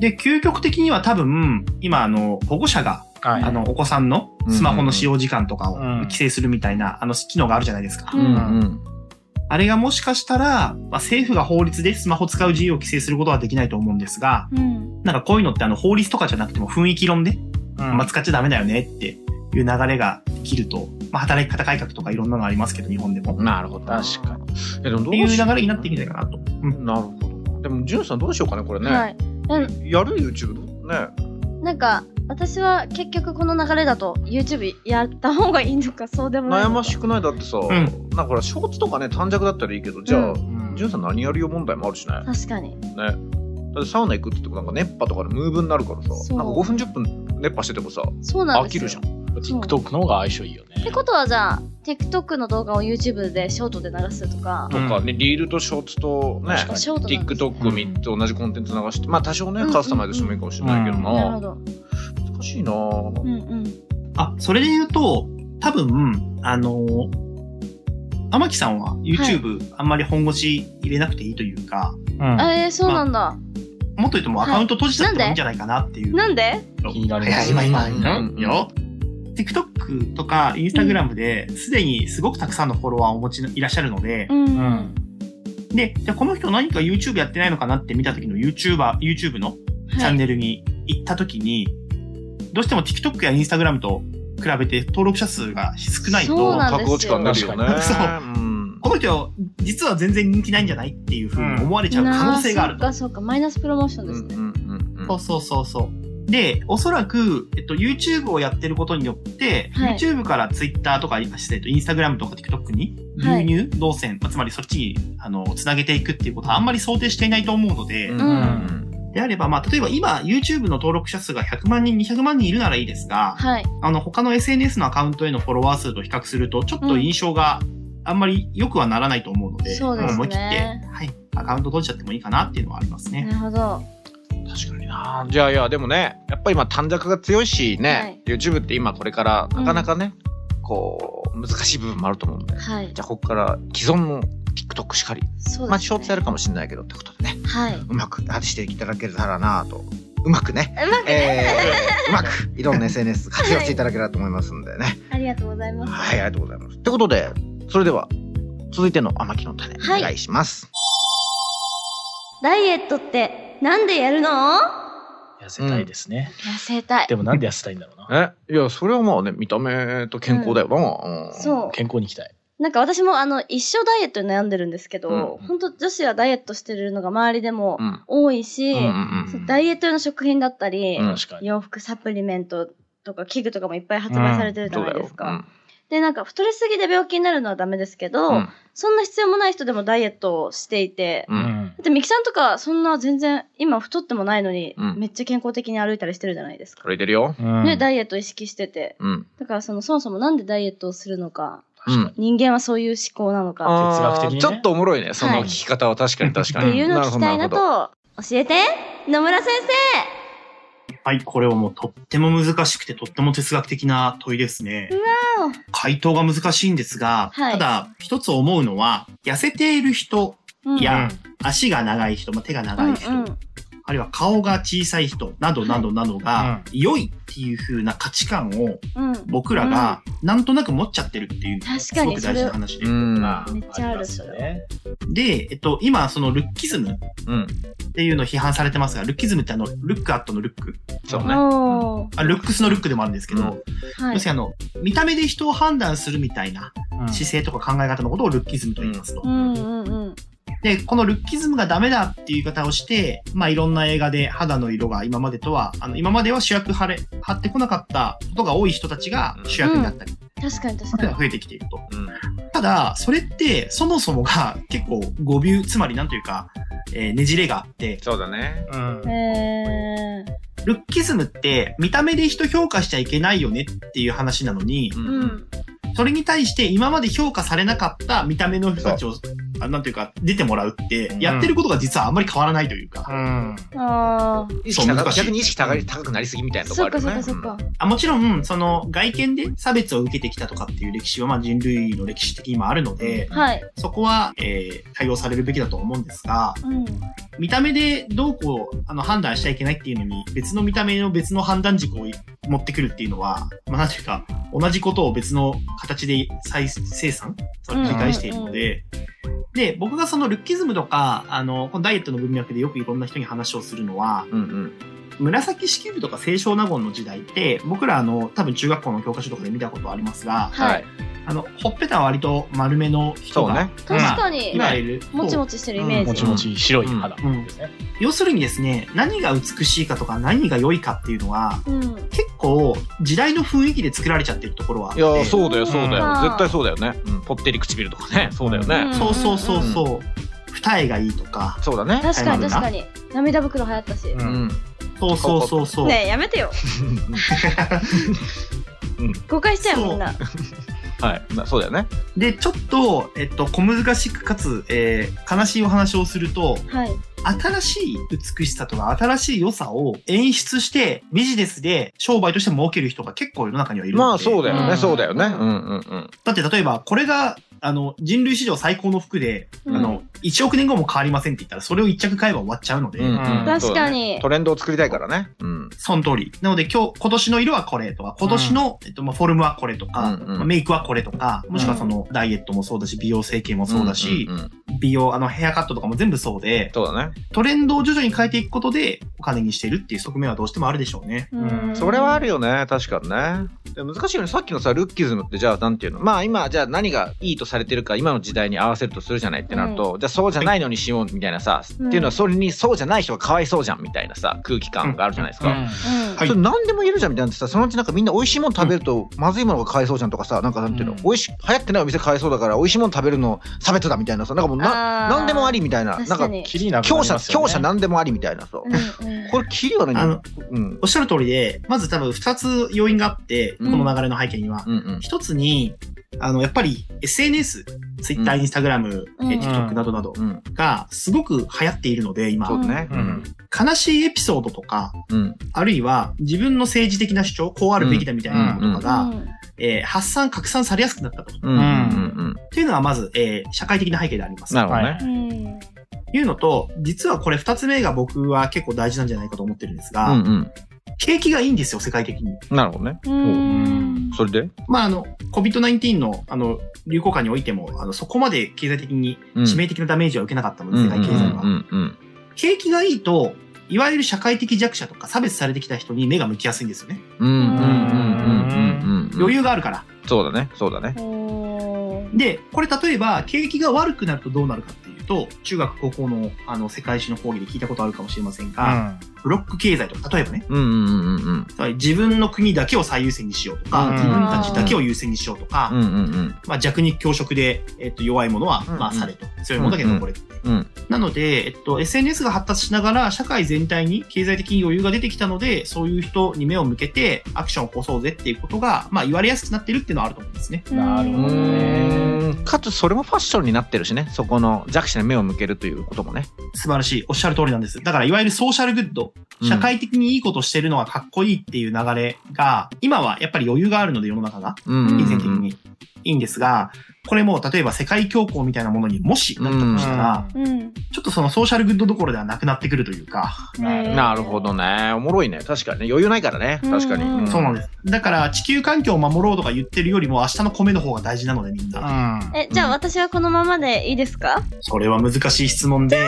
[SPEAKER 4] で、究極的には多分、今、あの、保護者が、
[SPEAKER 1] はい。
[SPEAKER 4] あの、お子さんのスマホの使用時間とかを
[SPEAKER 1] うん
[SPEAKER 4] 規制するみたいな、あの、機能があるじゃないですか。
[SPEAKER 2] うんうん
[SPEAKER 4] あれがもしかしたら、まあ、政府が法律でスマホ使う自由を規制することはできないと思うんですが、
[SPEAKER 3] うん。
[SPEAKER 4] なんかこういうのってあの、法律とかじゃなくても雰囲気論で、
[SPEAKER 1] うん
[SPEAKER 4] まあ、使っちゃダメだよねっていう流れができると、まあ、働き方改革とかいろんなのありますけど、日本でも。っ
[SPEAKER 2] なるほどな
[SPEAKER 1] 確かに。
[SPEAKER 2] えでもど
[SPEAKER 4] ていう流れになっていく
[SPEAKER 2] み
[SPEAKER 4] んじゃないかなと。うん
[SPEAKER 2] なるほどなでもじゅんさんどうしようかねこれね、
[SPEAKER 3] はい。
[SPEAKER 2] やる YouTube ね
[SPEAKER 3] なんか私は結局この流れだと YouTube やった方がいいのかそうでもない
[SPEAKER 2] 悩
[SPEAKER 3] のか
[SPEAKER 2] ましくないだってさ、
[SPEAKER 4] ん
[SPEAKER 2] なんかほらショーツとかね短尺だったらいいけどじゃあ、
[SPEAKER 3] う
[SPEAKER 2] じゅんさん何やるよ問題もあるしね
[SPEAKER 3] 確かに
[SPEAKER 2] ねだってサウナ行くって言ってもなんか熱波とかでムーブになるからさ
[SPEAKER 3] そう
[SPEAKER 2] なんか5分10分熱波しててもさ
[SPEAKER 3] そうな
[SPEAKER 2] 飽
[SPEAKER 3] んです
[SPEAKER 2] き
[SPEAKER 3] よ
[SPEAKER 2] るじゃん
[SPEAKER 3] っ
[SPEAKER 1] TikTok の方が相性いいよね。
[SPEAKER 3] てことはじゃあ TikTok の動画を YouTube でショートで流すとか
[SPEAKER 2] とかね、リールとショーツとね
[SPEAKER 1] 確かに
[SPEAKER 3] ショートなんです
[SPEAKER 2] TikTok 見て同じコンテンツ流してまあ多少ねカスタマイズしてもいいかもしれないけど
[SPEAKER 3] なる
[SPEAKER 2] な
[SPEAKER 3] ほど
[SPEAKER 2] 難しいなぁ
[SPEAKER 3] うんうん
[SPEAKER 4] あ、それで言うと、多分、あの天木さんは YouTube、あんまり本腰入れなくていいというか、
[SPEAKER 1] うん
[SPEAKER 3] えー、そうなんだ
[SPEAKER 4] もっと言ってもアカウント閉じちゃっても
[SPEAKER 3] はい
[SPEAKER 4] いいんじゃないかなっていう。
[SPEAKER 3] なんで
[SPEAKER 1] 気になり
[SPEAKER 4] い
[SPEAKER 1] ま
[SPEAKER 4] や、
[SPEAKER 1] す
[SPEAKER 4] 今、
[SPEAKER 1] ね。
[SPEAKER 4] 今、
[SPEAKER 2] うん
[SPEAKER 4] よ。TikTok とか Instagram ですでにすごくたくさんのフォロワーをお持ちのいらっしゃるので、
[SPEAKER 3] うん
[SPEAKER 1] う
[SPEAKER 3] は
[SPEAKER 1] ん。
[SPEAKER 4] で、じゃあこの人何か YouTube やってないのかなって見た時の YouTuber、YouTube のチャン
[SPEAKER 3] い
[SPEAKER 4] ネルに行った時に、どうしても TikTok や Instagram と比べて登録者数が少ないと、
[SPEAKER 3] そうなんですよ
[SPEAKER 2] 覚悟時間になるよね
[SPEAKER 4] そう
[SPEAKER 2] うん
[SPEAKER 4] この人、実は全然人気ないんじゃないっていうふうに思われちゃう可能性があると。
[SPEAKER 3] なそうかそうかマイナスプロモーション
[SPEAKER 2] う
[SPEAKER 3] で
[SPEAKER 2] ん
[SPEAKER 3] す
[SPEAKER 2] うん
[SPEAKER 3] ね
[SPEAKER 2] うん
[SPEAKER 4] そうそうそうそう。で、おそらく、えっと、YouTube をやってることによって、
[SPEAKER 3] はい
[SPEAKER 4] YouTube から Twitter とか、失礼と Instagram とか TikTok に
[SPEAKER 3] は
[SPEAKER 4] 流
[SPEAKER 3] い
[SPEAKER 4] 入、動線、まあつまりそっちに、あの、つなげていくっていうことはあんまり想定していないと思うので、
[SPEAKER 2] うんうん
[SPEAKER 3] う
[SPEAKER 4] であれば、まあ、例えば今、YouTube の登録者数が100万人、200万人いるならいいですが、
[SPEAKER 3] はい
[SPEAKER 4] あの、他の SNS のアカウントへのフォロワー数と比較すると、ちょっと印象があんまり良くはならないと思うので、
[SPEAKER 3] そうですね
[SPEAKER 4] 思い切って、はい、アカウント閉じちゃってもいいかなっていうのはあります
[SPEAKER 3] な
[SPEAKER 4] ね。
[SPEAKER 3] るほど
[SPEAKER 2] 確かになじゃあいやでもねやっぱ今短冊が強いしね、YouTube って今これからなかなかね、こう難しい部分もあると思うんで
[SPEAKER 3] はい
[SPEAKER 2] じゃあここから既存の TikTok しかり、
[SPEAKER 3] そうですね
[SPEAKER 2] まあショーツやるかもしれないけどってことでね
[SPEAKER 3] はいう
[SPEAKER 2] まく外していただけたらなぁとうまくね、
[SPEAKER 3] うまく
[SPEAKER 2] え ーうまくいろんな SNS 活用していただけたらと思いますんでね
[SPEAKER 3] ありがとうございます
[SPEAKER 2] はいありがとうございますってことでそれでは続いての天木の種、
[SPEAKER 3] はい
[SPEAKER 2] お願いします
[SPEAKER 3] ダイエットってなんでやるの痩
[SPEAKER 1] 痩せたいですね。
[SPEAKER 3] せたい
[SPEAKER 1] でもなんで痩せたいんだろうな。
[SPEAKER 2] えいやそれはまあね見た目と健康だよな、うん
[SPEAKER 3] そう
[SPEAKER 1] 健康に行きたい。
[SPEAKER 3] なんか私もあの一生ダイエットに悩んでるんですけど、
[SPEAKER 2] うん
[SPEAKER 3] 本当女子はダイエットしてるのが周りでも
[SPEAKER 2] うん
[SPEAKER 3] 多いし、
[SPEAKER 2] うんうんうん
[SPEAKER 3] そうダイエット用の食品だったり、
[SPEAKER 2] うん
[SPEAKER 1] 確かに。
[SPEAKER 3] 洋服サプリメントとか器具とかもいっぱい発売されてるじゃないですか。でなんか太りすぎで病気になるのはダメですけど、
[SPEAKER 2] うん
[SPEAKER 3] そんな必要もない人でもダイエットをしていて、
[SPEAKER 2] うん
[SPEAKER 1] うん
[SPEAKER 3] だってミキさんとかそんな全然今太ってもないのに、
[SPEAKER 2] うん
[SPEAKER 3] めっちゃ健康的に歩いたりしてるじゃないですか。
[SPEAKER 2] 歩いてるよ。
[SPEAKER 1] うん
[SPEAKER 3] ね、ダイエット意識してて。
[SPEAKER 2] うん。
[SPEAKER 3] だからそのそもそもなんでダイエットをするのか、
[SPEAKER 2] うん
[SPEAKER 3] 人間はそういう思考なのか
[SPEAKER 1] 哲学的にね
[SPEAKER 2] あーちょっとおもろいね。その聞き方は確かに確か
[SPEAKER 3] っ
[SPEAKER 2] に。
[SPEAKER 3] ていうのを聞きたいな
[SPEAKER 2] るほど。る
[SPEAKER 3] と教えて野村先
[SPEAKER 4] はい、これはもうとっても難しくて、とっても哲学的な問いですね。
[SPEAKER 3] わお
[SPEAKER 4] 回答が難しいんですが、
[SPEAKER 3] はい
[SPEAKER 4] ただ、一つ思うのは、痩せている人、
[SPEAKER 3] 生、うん、
[SPEAKER 4] いや足が長い人、まあ、手が
[SPEAKER 3] う
[SPEAKER 4] 長
[SPEAKER 3] ん
[SPEAKER 4] い人、
[SPEAKER 3] うん
[SPEAKER 4] あるいは顔が小さい人、などなどなどが、良いっていう風な価値観を
[SPEAKER 3] うん
[SPEAKER 4] 僕らがなんとなく持っちゃってるっていう、
[SPEAKER 3] 確
[SPEAKER 4] す
[SPEAKER 3] か
[SPEAKER 4] ご
[SPEAKER 3] に
[SPEAKER 4] く大事な話で
[SPEAKER 2] う。ん。
[SPEAKER 1] まあ
[SPEAKER 3] めっちゃある
[SPEAKER 1] りますよね。
[SPEAKER 4] で、えっと、今、そのルッキズムっ
[SPEAKER 2] うん。
[SPEAKER 4] ていうのを批判されてますが、ルッキズムってあの、ルックアットのルック。
[SPEAKER 2] そうね。
[SPEAKER 3] おー
[SPEAKER 4] あルックスのルックでもあるんですけど、
[SPEAKER 2] うん
[SPEAKER 3] は
[SPEAKER 4] 要
[SPEAKER 3] い
[SPEAKER 4] するにあの、見た目で人を判断するみたいな
[SPEAKER 1] うん
[SPEAKER 4] 姿勢とか考え方のことをルッキズムと言いますと。
[SPEAKER 3] うんうんうん
[SPEAKER 4] で、このルッキズムがダメだっていう言い方をして、まあいろんな映画で肌の色が今までとは、あの今までは主役張れ、張ってこなかったことが多い人たちが主役になったり、
[SPEAKER 3] 確かに確
[SPEAKER 4] そ
[SPEAKER 3] か
[SPEAKER 4] ういう
[SPEAKER 3] に
[SPEAKER 4] のが。増えてきていると。
[SPEAKER 1] うん。
[SPEAKER 4] ただ、それってそもそもが結構誤謬、つまりなんというか、えーねじれがあって、
[SPEAKER 2] そうだね。
[SPEAKER 1] うん。
[SPEAKER 3] えー
[SPEAKER 4] ルッキズムって見た目で人評価しちゃいけないよねっていう話なのに、
[SPEAKER 2] うん
[SPEAKER 3] うん。
[SPEAKER 4] それに対して今まで評価されなかった見た目の人たちを、あなんていうか、出てもらうって、やってることが実はあんまり変わらないというか、
[SPEAKER 1] うん。
[SPEAKER 3] あ
[SPEAKER 2] 意識高
[SPEAKER 4] そう難
[SPEAKER 2] く
[SPEAKER 4] しい
[SPEAKER 2] 逆に意識高い高くなりすぎみたい
[SPEAKER 3] あ。
[SPEAKER 2] なとこ
[SPEAKER 3] そ
[SPEAKER 2] あ
[SPEAKER 3] っ
[SPEAKER 2] る
[SPEAKER 3] か
[SPEAKER 2] よ
[SPEAKER 3] そっ
[SPEAKER 2] ね。
[SPEAKER 3] かそっか。
[SPEAKER 4] あもちろん、その外見で差別を受けてきたとかっていう歴史は、まあ人類の歴史的にもあるので、
[SPEAKER 3] はい。
[SPEAKER 4] そこは、えー対応されるべきだと思うんですが、
[SPEAKER 3] うん。
[SPEAKER 4] 見た目でどうこう、あの、判断しちゃいけないっていうのに、別の見た目の別の判断軸を持ってくるっていうのは、まあ、なんていうか、同じことを別の形で再生産さ繰り返しているので、で、僕がそのルッキズムとか、あの、このダイエットの文脈でよくいろんな人に話をするのは、
[SPEAKER 2] うんうん。
[SPEAKER 4] 紫式部とか清少納言の時代って、僕らあの、多分中学校の教科書とかで見たことあります
[SPEAKER 3] は
[SPEAKER 4] が、
[SPEAKER 2] はいい。。
[SPEAKER 4] あの、ほっぺたは割と丸めの人
[SPEAKER 2] そう
[SPEAKER 4] が、
[SPEAKER 2] ね。
[SPEAKER 3] 確かに、
[SPEAKER 4] 今いる、
[SPEAKER 3] もちもちしてるイメージ。
[SPEAKER 1] もちもち白い肌ですね。
[SPEAKER 4] 要するにですね、何が美しいかとか何が良いかっていうのは、
[SPEAKER 3] うん。
[SPEAKER 4] 結構時代の雰囲気で作られちゃってるところはあっ
[SPEAKER 2] い
[SPEAKER 4] て。
[SPEAKER 2] やーそうだよそうだ
[SPEAKER 3] う
[SPEAKER 2] よ
[SPEAKER 3] ん
[SPEAKER 2] 絶対そうだよね、うん、ぽってり唇とかねそうだよね、
[SPEAKER 4] そうそうそうそう。二重がいいとか。
[SPEAKER 2] そうだね
[SPEAKER 3] 確かに確かに。涙袋流行ったし。
[SPEAKER 1] う。
[SPEAKER 2] うんん
[SPEAKER 4] そうそうそうそう。
[SPEAKER 3] ねえ、やめてよ。誤解しちゃうよ、みんな。
[SPEAKER 2] はいなそうだよね
[SPEAKER 4] で、ちょっと、えっと、小難しくかつ、えー悲しいお話をすると、
[SPEAKER 3] はい。
[SPEAKER 4] 新しい美しさとか新しい良さを演出してビジネスで商売として儲ける人が結構世の中にはいるので。
[SPEAKER 2] まあそうだよね、
[SPEAKER 1] うん
[SPEAKER 2] そうだよねうんうんうん
[SPEAKER 4] だって例えば、これが、あの、人類史上最高の服で、
[SPEAKER 3] うん
[SPEAKER 4] あの、1億年後も変わりませんって言ったら、それを1着買えば終わっちゃうので、
[SPEAKER 2] うんうん
[SPEAKER 3] 確か
[SPEAKER 2] そうだね
[SPEAKER 3] に。
[SPEAKER 2] トレンドを作りたいからねうん
[SPEAKER 4] その通り。なので今日、今年の色はこれとか、今年の、えっと、まあ、フォルムはこれとか、
[SPEAKER 2] うんうん
[SPEAKER 4] まあメイクはこれとか、もしくはその、ダイエットもそうだし、美容整形もそうだし、
[SPEAKER 2] んんうん
[SPEAKER 4] 美容、あの、ヘアカットとかも全部そうで、
[SPEAKER 2] そうだね
[SPEAKER 4] トレンドを徐々に変えていくことで、お金にしているっていう側面はどうしてもあるでしょうね。
[SPEAKER 3] うん
[SPEAKER 2] それはあるよね確かにねで難しいよねさっきのさルッキズムってじゃあなんていうのまあ今じゃあ何がいいとされてるか今の時代に合わせるとするじゃないってなると、じゃあそうじゃないのにしようみたいなさ、
[SPEAKER 3] うん
[SPEAKER 2] っていうのはそれにそうじゃない人がかわいそうじゃんみたいなさ空気感があるじゃないですか、
[SPEAKER 3] うん
[SPEAKER 4] はい
[SPEAKER 2] それ何でも言えるじゃんみたいなってさそのうちなんかみんな美味しいもの食べるとまずいものが買えそうじゃんとかさなんかなんていうの、
[SPEAKER 1] うん
[SPEAKER 2] 美味し流行ってないお店買えそうだから美味しいもの食べるの差別だみたいなさなんかもうな
[SPEAKER 3] あー
[SPEAKER 2] 何でもありみたいななん
[SPEAKER 3] 確
[SPEAKER 2] か
[SPEAKER 3] かに。
[SPEAKER 1] きりなくな
[SPEAKER 2] 強
[SPEAKER 1] り
[SPEAKER 2] 者、
[SPEAKER 1] ますよね
[SPEAKER 2] 強者何でもありみたいなそう、
[SPEAKER 3] うんうん
[SPEAKER 2] これキリはね
[SPEAKER 4] あの
[SPEAKER 2] うん
[SPEAKER 4] おっしゃる通りで、まず多分2つ要因があって、こ
[SPEAKER 2] うん
[SPEAKER 4] の流れの背景には。
[SPEAKER 2] うんうん
[SPEAKER 4] 一つに、あの、やっぱり SNS、Twitter、
[SPEAKER 2] うん
[SPEAKER 4] Instagram、
[SPEAKER 3] う
[SPEAKER 4] え
[SPEAKER 3] ん
[SPEAKER 4] ー TikTok などなど
[SPEAKER 2] うん
[SPEAKER 4] がすごく流行っているので、今
[SPEAKER 2] そ。うだね
[SPEAKER 1] う
[SPEAKER 2] うんん
[SPEAKER 4] 悲しいエピソードとか、
[SPEAKER 2] うん
[SPEAKER 4] あるいは自分の政治的な主張、こうあるべきだみたいなものとかが、
[SPEAKER 3] うん
[SPEAKER 4] えー発散、拡散されやすくなったと。
[SPEAKER 2] うんうんうん
[SPEAKER 4] というのがまず、えー社会的な背景であります。
[SPEAKER 2] なるほど
[SPEAKER 1] は
[SPEAKER 2] ね
[SPEAKER 1] い
[SPEAKER 3] うん
[SPEAKER 4] というのと、実はこれ二つ目が僕は結構大事なんじゃないかと思ってるんです
[SPEAKER 2] う
[SPEAKER 4] が、
[SPEAKER 2] んう
[SPEAKER 4] 景気がいいんですよ、世界的に。
[SPEAKER 2] んなるほどね
[SPEAKER 3] うん
[SPEAKER 2] それで
[SPEAKER 4] まあ、あの、COVID-19 の、あの、流行下においても、あの、そこまで経済的に
[SPEAKER 2] うん
[SPEAKER 4] 致命的なダメージは受けなかったので、
[SPEAKER 2] うん
[SPEAKER 4] 世界経済
[SPEAKER 2] う
[SPEAKER 4] は。
[SPEAKER 2] んうん
[SPEAKER 4] 景気がいいと、いわゆる社会的弱者とか差別されてきた人に目が向きやすいんですよね。
[SPEAKER 2] うんうんうんうんうんうん
[SPEAKER 4] 余裕があるから。
[SPEAKER 2] そうだねそうだね
[SPEAKER 3] おー
[SPEAKER 4] で、これ例えば、景気が悪くなるとどうなるかっていうと、中学高校の、あの、世界史の講義で聞いたことあるかもしれませんが、ブロック経済とか、例えばね、
[SPEAKER 2] うんうんうんうんうん
[SPEAKER 4] つまり自分の国だけを最優先にしようとか、
[SPEAKER 1] うん
[SPEAKER 4] 自分たちだけを優先にしようとか、
[SPEAKER 2] うんうんうん
[SPEAKER 4] まあ、弱肉強食で、えっと、弱いものは、
[SPEAKER 2] うん
[SPEAKER 4] まあ、されと。強いものだけ残れと。
[SPEAKER 2] うん
[SPEAKER 4] なので、えっと、SNS が発達しながら、社会全体に経済的に余裕が出てきたので、そういう人に目を向けて、アクションを起こそうぜっていうことが、まあ、言われやすくなってるっていうのはあると思うんですね。
[SPEAKER 1] なるほどね
[SPEAKER 2] かつそれもファッションになってるしねそこの弱視に目を向けるということもね
[SPEAKER 4] 素晴らしい。おっしゃる通りなんです。だから、いわゆるソーシャルグッド、
[SPEAKER 2] うん
[SPEAKER 4] 社会的にいいことしてるのがかっこいいっていう流れが、今はやっぱり余裕があるので、世の中が。
[SPEAKER 2] うん
[SPEAKER 4] 金銭的にいいんですが、これも例えば世界恐慌みたいなものにもしなったとしたら、
[SPEAKER 3] うん
[SPEAKER 4] ちょっとそのソーシャルグッドどころではなくなってくるというか、
[SPEAKER 1] うん
[SPEAKER 2] なるほどねおもろいね確かにね余裕ないからね確かに、
[SPEAKER 3] うんうん
[SPEAKER 4] そうなん
[SPEAKER 2] で
[SPEAKER 4] です。だから地球環境を守ろうとか言ってるよりも明日の米の方が大事なのでみんな。
[SPEAKER 1] う
[SPEAKER 3] えじゃあ
[SPEAKER 2] うん
[SPEAKER 3] 私はこのままでいいですか
[SPEAKER 4] それは難しい質問で、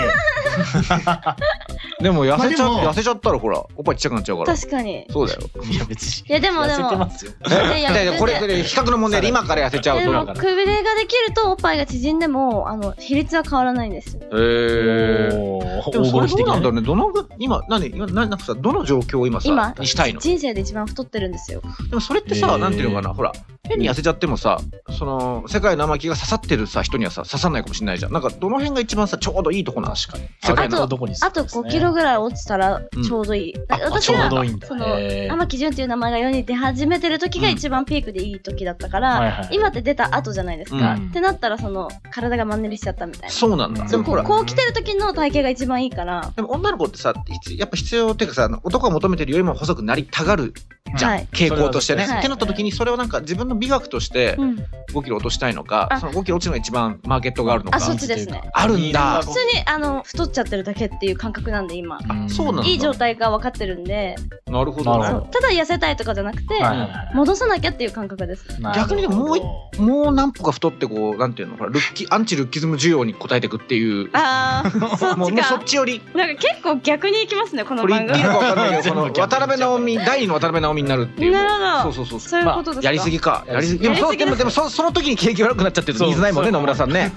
[SPEAKER 2] でも痩せちゃ、
[SPEAKER 4] まあでも
[SPEAKER 2] 痩せちゃったらほらおっぱいちっちゃくなっちゃうから
[SPEAKER 3] 確かに。
[SPEAKER 2] そうだよ
[SPEAKER 1] いや別に
[SPEAKER 3] いやでもで
[SPEAKER 1] 痩せ
[SPEAKER 3] も
[SPEAKER 1] てますよ
[SPEAKER 3] いや
[SPEAKER 2] いやい
[SPEAKER 3] 全
[SPEAKER 2] や
[SPEAKER 3] 然
[SPEAKER 2] これこれ比較の問題で今から痩せちゃう
[SPEAKER 3] で
[SPEAKER 2] と
[SPEAKER 3] も
[SPEAKER 2] へ
[SPEAKER 1] から
[SPEAKER 3] くびれができるとおっぱいが縮んでもあの比率は変わらないんですよね。
[SPEAKER 2] え
[SPEAKER 1] おー
[SPEAKER 2] でも
[SPEAKER 1] 黄金
[SPEAKER 2] それ
[SPEAKER 1] 比
[SPEAKER 2] どう
[SPEAKER 1] 的
[SPEAKER 2] な
[SPEAKER 1] なん
[SPEAKER 2] だろうねどのぐ今何今ななんかさどの状況を今さ
[SPEAKER 3] 今
[SPEAKER 2] にしたいの
[SPEAKER 3] 人生で一番太ってるんですよ。
[SPEAKER 2] でもそれってさ、
[SPEAKER 1] えー
[SPEAKER 2] なんていうのかなほら変に痩せちゃってもさその世界の生きが刺さってるさ人にはさ刺さないかもしれないじゃんなんかどの辺が一番さちょうどいいとこなの
[SPEAKER 1] 確かに
[SPEAKER 2] 世界
[SPEAKER 3] の
[SPEAKER 1] どこにする
[SPEAKER 3] あ
[SPEAKER 1] んで
[SPEAKER 3] と
[SPEAKER 1] すね
[SPEAKER 3] 5キロぐらい落ちたらちょうどいい。
[SPEAKER 2] あ
[SPEAKER 3] だ私
[SPEAKER 1] ちょう
[SPEAKER 3] は
[SPEAKER 1] どいいんだ
[SPEAKER 3] その
[SPEAKER 1] へー
[SPEAKER 3] 天基準っていう名前が世に出始めてる時が一番ピークでいい時だったから、
[SPEAKER 1] はいはい
[SPEAKER 3] 今って出た後じゃないですか。
[SPEAKER 1] うん
[SPEAKER 3] ってなったらその体がマンネリしちゃったみたいな。
[SPEAKER 2] そうなんだ
[SPEAKER 1] うん
[SPEAKER 2] でもほら
[SPEAKER 3] こう来てる時の体型が一番いいから。
[SPEAKER 2] でも女の子ってさ必やっぱ必要っていうかさあの男が求めてるよりも細くなりたがるじゃん、
[SPEAKER 3] はい
[SPEAKER 2] 傾向としてね。
[SPEAKER 3] それはそうですね
[SPEAKER 2] ってなった時にそれをなんか自分の美学として
[SPEAKER 3] うん。
[SPEAKER 2] 5キロ落としたいのか、
[SPEAKER 3] あ
[SPEAKER 2] その5キロ落ちるのが一番マーケットがあるのか
[SPEAKER 3] あ、そっちですね。
[SPEAKER 2] あるんだ
[SPEAKER 3] 普通にあの太っちゃってるだけっていう感覚なんで今。
[SPEAKER 2] あそうなんだ
[SPEAKER 3] いい状態が分かってるんで、
[SPEAKER 2] なるほど
[SPEAKER 1] な
[SPEAKER 2] ね
[SPEAKER 1] る
[SPEAKER 3] そ
[SPEAKER 1] ほ
[SPEAKER 3] うただ痩せたいとかじゃなくて、
[SPEAKER 1] はいはいはい
[SPEAKER 3] 戻さなきゃっていう感覚です。
[SPEAKER 1] なるほど
[SPEAKER 2] 逆にでももう一もう何歩か太ってこうなんていうのほらルッキアンチルッキズム需要に応えていくっていう
[SPEAKER 3] ああ、そ
[SPEAKER 2] も
[SPEAKER 3] っ
[SPEAKER 2] う
[SPEAKER 3] ち
[SPEAKER 2] もうそ
[SPEAKER 3] か
[SPEAKER 2] っ。ちより
[SPEAKER 3] なんか結構逆に行きますね、 この
[SPEAKER 2] これ
[SPEAKER 3] 番
[SPEAKER 2] 言っていい。
[SPEAKER 3] 組
[SPEAKER 2] のか分かんないけど
[SPEAKER 1] 全部
[SPEAKER 2] この渡辺直美第二の渡辺直美になるっていう
[SPEAKER 3] なるほど
[SPEAKER 2] そうそうそう
[SPEAKER 3] そういうことですか。
[SPEAKER 2] やりすぎかやりすぎで
[SPEAKER 3] や
[SPEAKER 2] も
[SPEAKER 3] りすぎ
[SPEAKER 2] そうでもでもそその時に景気悪くなっちゃってると
[SPEAKER 1] そう
[SPEAKER 2] 水ないもんね
[SPEAKER 1] そ
[SPEAKER 2] 野
[SPEAKER 1] う
[SPEAKER 2] 村さんね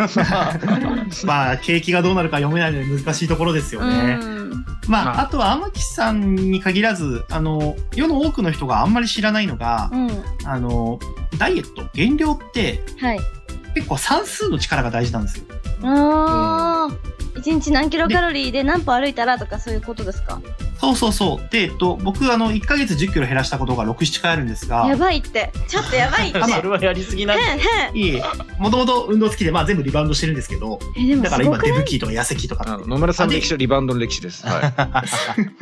[SPEAKER 4] まあ、景気がどうなるか読めないので難しいところですよね。
[SPEAKER 3] うん。
[SPEAKER 4] ま
[SPEAKER 2] まあ
[SPEAKER 4] あ、あとは天木さんに限らず、あの、世の多くの人があんまり知らないのが、
[SPEAKER 3] うん。
[SPEAKER 4] あの、ダイエット、減量って
[SPEAKER 3] はい。
[SPEAKER 4] 結構算数の力が大事なんですよ。
[SPEAKER 3] ああ、一日何キロカロリーで何歩歩いたらとかそういうことですか。
[SPEAKER 4] そうそうそう。で、えっと、僕、あの、1ヶ月10キロ減らしたことが6、7回あるんですが、
[SPEAKER 3] やばいって、ちょっとやば いって。
[SPEAKER 1] それはやりすぎなん
[SPEAKER 3] へ
[SPEAKER 1] だ
[SPEAKER 3] んへん。
[SPEAKER 4] いえ、もともと運動付きで、まあ全部リバウンドしてるんですけど、
[SPEAKER 3] えでも
[SPEAKER 4] だから
[SPEAKER 3] すご
[SPEAKER 4] 今
[SPEAKER 3] く
[SPEAKER 4] デ
[SPEAKER 3] ない
[SPEAKER 4] ブキーとか痩せキーとか
[SPEAKER 2] あ
[SPEAKER 4] っ
[SPEAKER 2] の
[SPEAKER 4] て。
[SPEAKER 2] 野村さんの歴史はリバウンドの歴史ですはい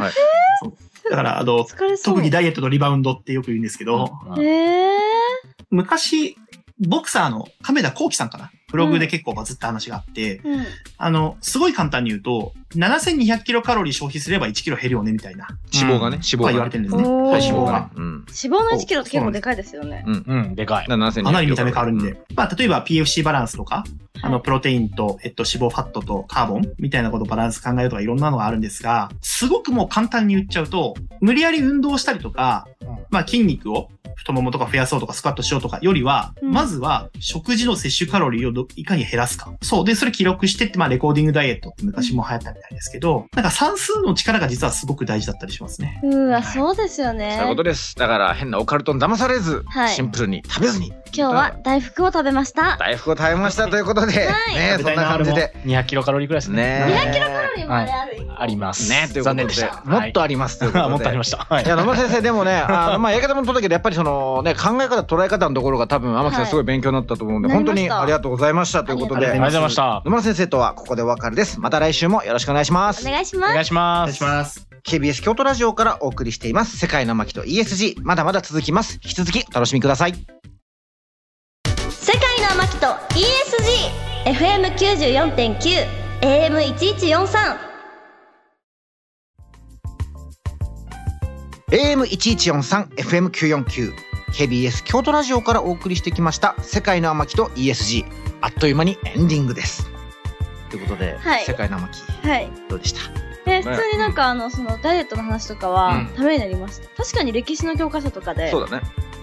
[SPEAKER 4] だから、あの、
[SPEAKER 3] 疲れそう。
[SPEAKER 4] 特にダイエットのリバウンドってよく言うんですけど、
[SPEAKER 1] うん
[SPEAKER 3] ええ
[SPEAKER 4] 昔、ボクサーの亀田光輝さんかなブログで結構バズった話があって、
[SPEAKER 3] ー。うん。
[SPEAKER 4] あの、すごい簡単に言うと、7200キロカロリー消費すれば1キロ減るよね、みたいな、
[SPEAKER 2] 脂肪がね
[SPEAKER 4] う
[SPEAKER 2] 脂
[SPEAKER 4] ん
[SPEAKER 2] 肪が
[SPEAKER 4] とか言われてるんですね。
[SPEAKER 3] おー
[SPEAKER 2] 脂
[SPEAKER 4] 体脂
[SPEAKER 2] 肪
[SPEAKER 4] 肪
[SPEAKER 2] がね
[SPEAKER 4] が。
[SPEAKER 2] うん
[SPEAKER 3] 脂肪の1キロって結構でかいですよね。
[SPEAKER 2] うん
[SPEAKER 1] うんでかい
[SPEAKER 2] な7200
[SPEAKER 4] かなり見た目変わるん
[SPEAKER 2] う
[SPEAKER 4] で。まあ、例えば PFC バランスとか、あ
[SPEAKER 3] は
[SPEAKER 4] の、
[SPEAKER 3] い
[SPEAKER 4] プロテインと、えっと、脂肪、ファットとカーボンみたいなことバランス考えるとかいろんなのがあるんですが、すごくもう簡単に言っちゃうと、無理やり運動したりとか
[SPEAKER 1] うん、
[SPEAKER 4] まあ、筋肉を太ももとか増やそうとかスクワットしようとかよりは、
[SPEAKER 3] うん
[SPEAKER 4] まずは食事の摂取カロリーをどいかに減らすか。そう。で、それ記録してって、まあ、レコーディングダイエットって昔も流行ったみたいですけど、なんか算数の力が実はすごく大事だったりしますね。
[SPEAKER 3] うわ、そうですよ
[SPEAKER 2] そう
[SPEAKER 3] ね
[SPEAKER 2] いう。ことですだから変なオカルトに騙されず
[SPEAKER 3] はい
[SPEAKER 2] シンプルに食べずに
[SPEAKER 3] 今日は大福を食べました。
[SPEAKER 2] 大福を食べましたということでね
[SPEAKER 4] 食べ
[SPEAKER 2] そ
[SPEAKER 4] た
[SPEAKER 2] ん
[SPEAKER 4] い
[SPEAKER 2] な
[SPEAKER 4] な
[SPEAKER 2] 感じで
[SPEAKER 1] 200キロカロリーくらいですね
[SPEAKER 2] ね
[SPEAKER 3] 200キロカロリーまである。
[SPEAKER 1] あります
[SPEAKER 2] ねということで
[SPEAKER 1] 残念でした
[SPEAKER 2] もっとありますというこ
[SPEAKER 1] はい
[SPEAKER 2] と
[SPEAKER 1] もっ
[SPEAKER 2] で
[SPEAKER 1] とありましたはい
[SPEAKER 2] いや野村先生でもねあ のまあやり方もそうだけどやっぱりそのね考え方捉え方のところが多分天木さん
[SPEAKER 3] はい
[SPEAKER 2] すごい勉強になったと思うんで、
[SPEAKER 3] なり
[SPEAKER 2] 本
[SPEAKER 3] ま
[SPEAKER 2] 当
[SPEAKER 3] した
[SPEAKER 2] にありがとうございましたということ
[SPEAKER 1] ありがとう
[SPEAKER 2] で
[SPEAKER 1] ございました
[SPEAKER 2] 野村先生とはここでお別れですまた来週もよろしくお願いしま
[SPEAKER 3] お
[SPEAKER 2] す
[SPEAKER 3] 願いし
[SPEAKER 1] お
[SPEAKER 3] ます。
[SPEAKER 1] 願いしま
[SPEAKER 4] お願い
[SPEAKER 1] す
[SPEAKER 4] します。
[SPEAKER 2] KBS 京都ラジオからお送りしています世界の巻と ESG まだまだ続きます引き続きお楽しみください
[SPEAKER 3] 世界の天木と ESG FM94.9 AM1143
[SPEAKER 2] AM1143 FM949 KBS 京都ラジオからお送りしてきました世界の天木と ESG あっという間にエンディングですということで、
[SPEAKER 3] はい
[SPEAKER 2] 世界の天木
[SPEAKER 3] はい
[SPEAKER 2] どうでした
[SPEAKER 3] で普通になんかあのそのダイエットの話とかはためになりました、確かに歴史の教科書とかで
[SPEAKER 2] だね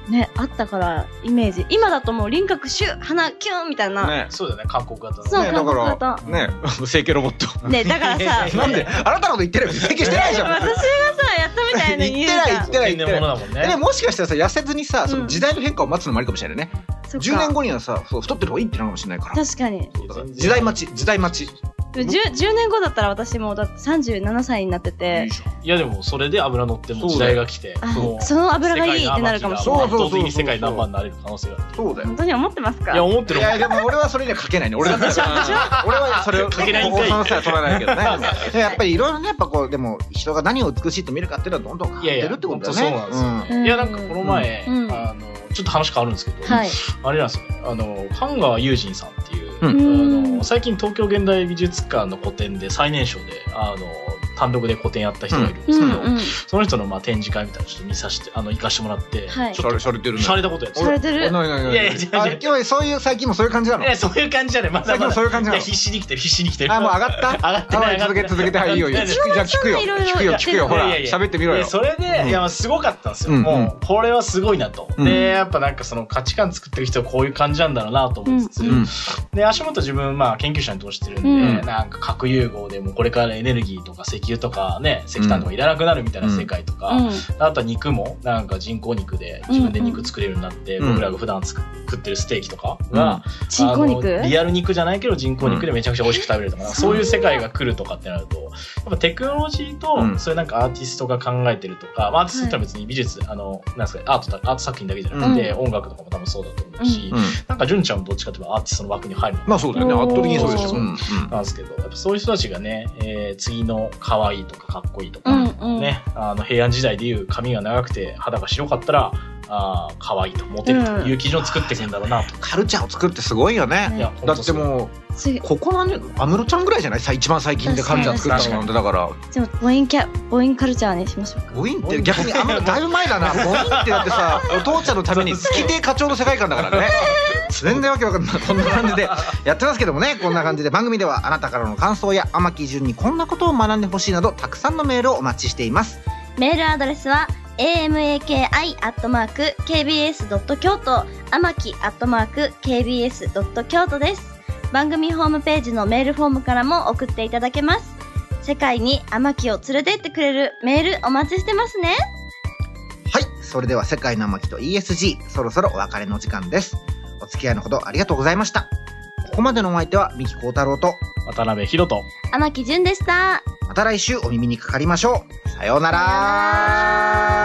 [SPEAKER 3] ねあったからイメージ今だともう輪郭シュッ鼻キュンみたいな、
[SPEAKER 2] ね
[SPEAKER 1] そうだね韓国型
[SPEAKER 3] そう、
[SPEAKER 2] ね
[SPEAKER 3] 韓国
[SPEAKER 2] だ
[SPEAKER 3] 型
[SPEAKER 2] ね 整形ロボ ット
[SPEAKER 3] ねだからさ
[SPEAKER 2] なんであなたのこと言ってるよ整形してないじ
[SPEAKER 3] 私
[SPEAKER 2] ゃん
[SPEAKER 3] がさやったみたいな
[SPEAKER 2] 言ってない言ってない
[SPEAKER 1] 天然
[SPEAKER 2] 言って
[SPEAKER 1] 物
[SPEAKER 2] ない
[SPEAKER 1] だもんね
[SPEAKER 2] えでももしかしたらさ痩せずにさその
[SPEAKER 3] うん
[SPEAKER 2] 時代の変化を待つのもありかもしれないね、
[SPEAKER 3] そっか
[SPEAKER 2] 10年後にはさそう太ってる方がいいってなるかもしれないから
[SPEAKER 3] 確かに
[SPEAKER 2] だから時代待ち時代待ち
[SPEAKER 3] でも 10, 10年後だったら私もうだって37歳になってて
[SPEAKER 1] いやでもそれで油乗っても時代が来て
[SPEAKER 3] あ
[SPEAKER 1] もう
[SPEAKER 3] その油がいいってなるかもしれ
[SPEAKER 2] そ
[SPEAKER 3] な
[SPEAKER 2] う
[SPEAKER 3] い
[SPEAKER 2] そうそう
[SPEAKER 1] 圧倒
[SPEAKER 2] そう
[SPEAKER 1] 的に世界ナンバーになれる可能性がある
[SPEAKER 2] そうだよ
[SPEAKER 3] 本当に思ってますか
[SPEAKER 1] いや思って
[SPEAKER 2] い
[SPEAKER 1] るもん
[SPEAKER 2] やでも俺はそれには書けないね俺だって 俺はそれを
[SPEAKER 1] 書けないんかい
[SPEAKER 2] その際は取らないけ どねでもやっぱりいろいろねやっぱこうでも人が何を美しいと見るかっていうのはどんどん変わってるってことだ
[SPEAKER 1] いやいや
[SPEAKER 2] ね
[SPEAKER 1] 本当そう
[SPEAKER 2] うん
[SPEAKER 3] うん
[SPEAKER 1] いやなんかこの前、
[SPEAKER 3] うん
[SPEAKER 1] あのちょっと話変わるんですけど、
[SPEAKER 3] はい
[SPEAKER 1] あれなんですよねあの神川雄人さんっていう、
[SPEAKER 2] うん
[SPEAKER 1] あの最近東京現代美術館の個展で最年少であの単独で個展やった人がいるんで
[SPEAKER 3] う
[SPEAKER 1] す
[SPEAKER 3] ん
[SPEAKER 1] けど、
[SPEAKER 3] うん。
[SPEAKER 1] その人のまあ展示会みたいなのちょっと見させて、あの、行かしてもらって、
[SPEAKER 3] はい
[SPEAKER 1] ちょ
[SPEAKER 5] ゃ
[SPEAKER 1] っ
[SPEAKER 5] れしゃれてる
[SPEAKER 1] と、
[SPEAKER 5] ね
[SPEAKER 1] しゃれたことやって
[SPEAKER 3] されてる。
[SPEAKER 5] ないないない
[SPEAKER 1] いやいや違う違う
[SPEAKER 2] あ、今日そういう、最近もそういう感じなの
[SPEAKER 1] いや、そういう感じじゃない。まだ
[SPEAKER 2] 最近
[SPEAKER 1] ま
[SPEAKER 2] も
[SPEAKER 1] だ。
[SPEAKER 2] そういう感じ
[SPEAKER 1] い
[SPEAKER 2] な
[SPEAKER 1] や、
[SPEAKER 2] の
[SPEAKER 1] 必死に来てる、必死に来てる。
[SPEAKER 2] あ、もう上がった
[SPEAKER 1] 上がってない
[SPEAKER 2] あ続けて続けて、はい、いいよいいよ。
[SPEAKER 1] 上が
[SPEAKER 2] じ
[SPEAKER 1] って
[SPEAKER 2] ゃあ聞くよ。
[SPEAKER 3] いろいろ
[SPEAKER 2] 聞くよ、
[SPEAKER 3] やってる
[SPEAKER 2] 聞くよ。ほら、
[SPEAKER 1] いやいや
[SPEAKER 2] 喋ってみろ
[SPEAKER 1] ない
[SPEAKER 2] よ
[SPEAKER 1] で。それで、
[SPEAKER 2] うん
[SPEAKER 1] いやまあすごかったんですよ、
[SPEAKER 2] うんうん
[SPEAKER 1] もうこれはすごいなと、
[SPEAKER 2] うん
[SPEAKER 1] でやっぱなんかその価値観作ってる人はこういう感じなんだろうなと思いつつ、
[SPEAKER 3] うん
[SPEAKER 5] うん
[SPEAKER 1] で足元自分まあ研究者に通してるんで、
[SPEAKER 3] うん
[SPEAKER 1] なんか核融合でもこれからエネルギーとか石油とかね石炭とかいらなくなるみたいな世界とか、
[SPEAKER 3] う
[SPEAKER 1] あとは肉もなんか人工肉で自分で肉作れるようになって、
[SPEAKER 5] うんうん
[SPEAKER 1] 僕らが普段作食ってるステーキとかが、
[SPEAKER 3] ん。人工肉
[SPEAKER 1] あのリアル肉じゃないけど人工肉でめちゃくちゃ美味しく食べれるとか、
[SPEAKER 3] うん
[SPEAKER 1] そういう世界が来るとかってなるとやっぱテクノロジーと、
[SPEAKER 5] うん
[SPEAKER 1] そういうなんかアーティストが考えてるとか、まあ、アーティストってのは別に美術、あのなんですかアートだアート作品だけじゃなくて、
[SPEAKER 3] うん
[SPEAKER 1] 音楽とかも多分そうだと思うし、
[SPEAKER 5] うん
[SPEAKER 1] なんか純ちゃんもどっちかというとアーティストの枠に入るの
[SPEAKER 5] まあそうだよね。圧倒的にそうですよ。
[SPEAKER 1] そう
[SPEAKER 5] うんうん
[SPEAKER 1] なんですけどやっぱそういう人たちがね、えー次の可愛いとかかっこいいとか、
[SPEAKER 3] うんうん
[SPEAKER 1] ね、あの平安時代でいう髪が長くて肌が白かったらあー可愛いとモテるという基準を作っていくんだろうなと。
[SPEAKER 5] カルチャーを作るってすごいよね。
[SPEAKER 1] いや
[SPEAKER 5] だっても
[SPEAKER 3] す
[SPEAKER 5] う、ここ何年、安室ちゃんぐらいじゃないさ一番最近でカルチャー作ったのなんて、だから、
[SPEAKER 3] でも母音キャ母音カルチャーにしましょうか。
[SPEAKER 5] ボインって逆にあんまだいぶ前だな。ボインってだってさ、お父ちゃんのために月亭課長の世界観だからね。
[SPEAKER 2] 全然わけわかんない。こんな感じでやってますけどもね、こんな感じで番組ではあなたからの感想や天木順にこんなことを学んでほしいなど、たくさんのメールをお待ちしています。
[SPEAKER 3] メールアドレスは amaki.kbs.kyoto 天木 .kbs.kyoto です。番組ホームページのメールフォームからも送っていただけます。世界に天木を連れてってくれるメールお待ちしてますね。
[SPEAKER 2] はい、それでは世界の巻と ESG、そろそろお別れの時間です。お付き合いのほどありがとうございました。ここまでのお相手は三木幸太郎と、
[SPEAKER 1] 渡辺博人
[SPEAKER 3] 天木純でした。
[SPEAKER 2] また来週お耳にかかりましょう。さようなら。
[SPEAKER 3] さようなら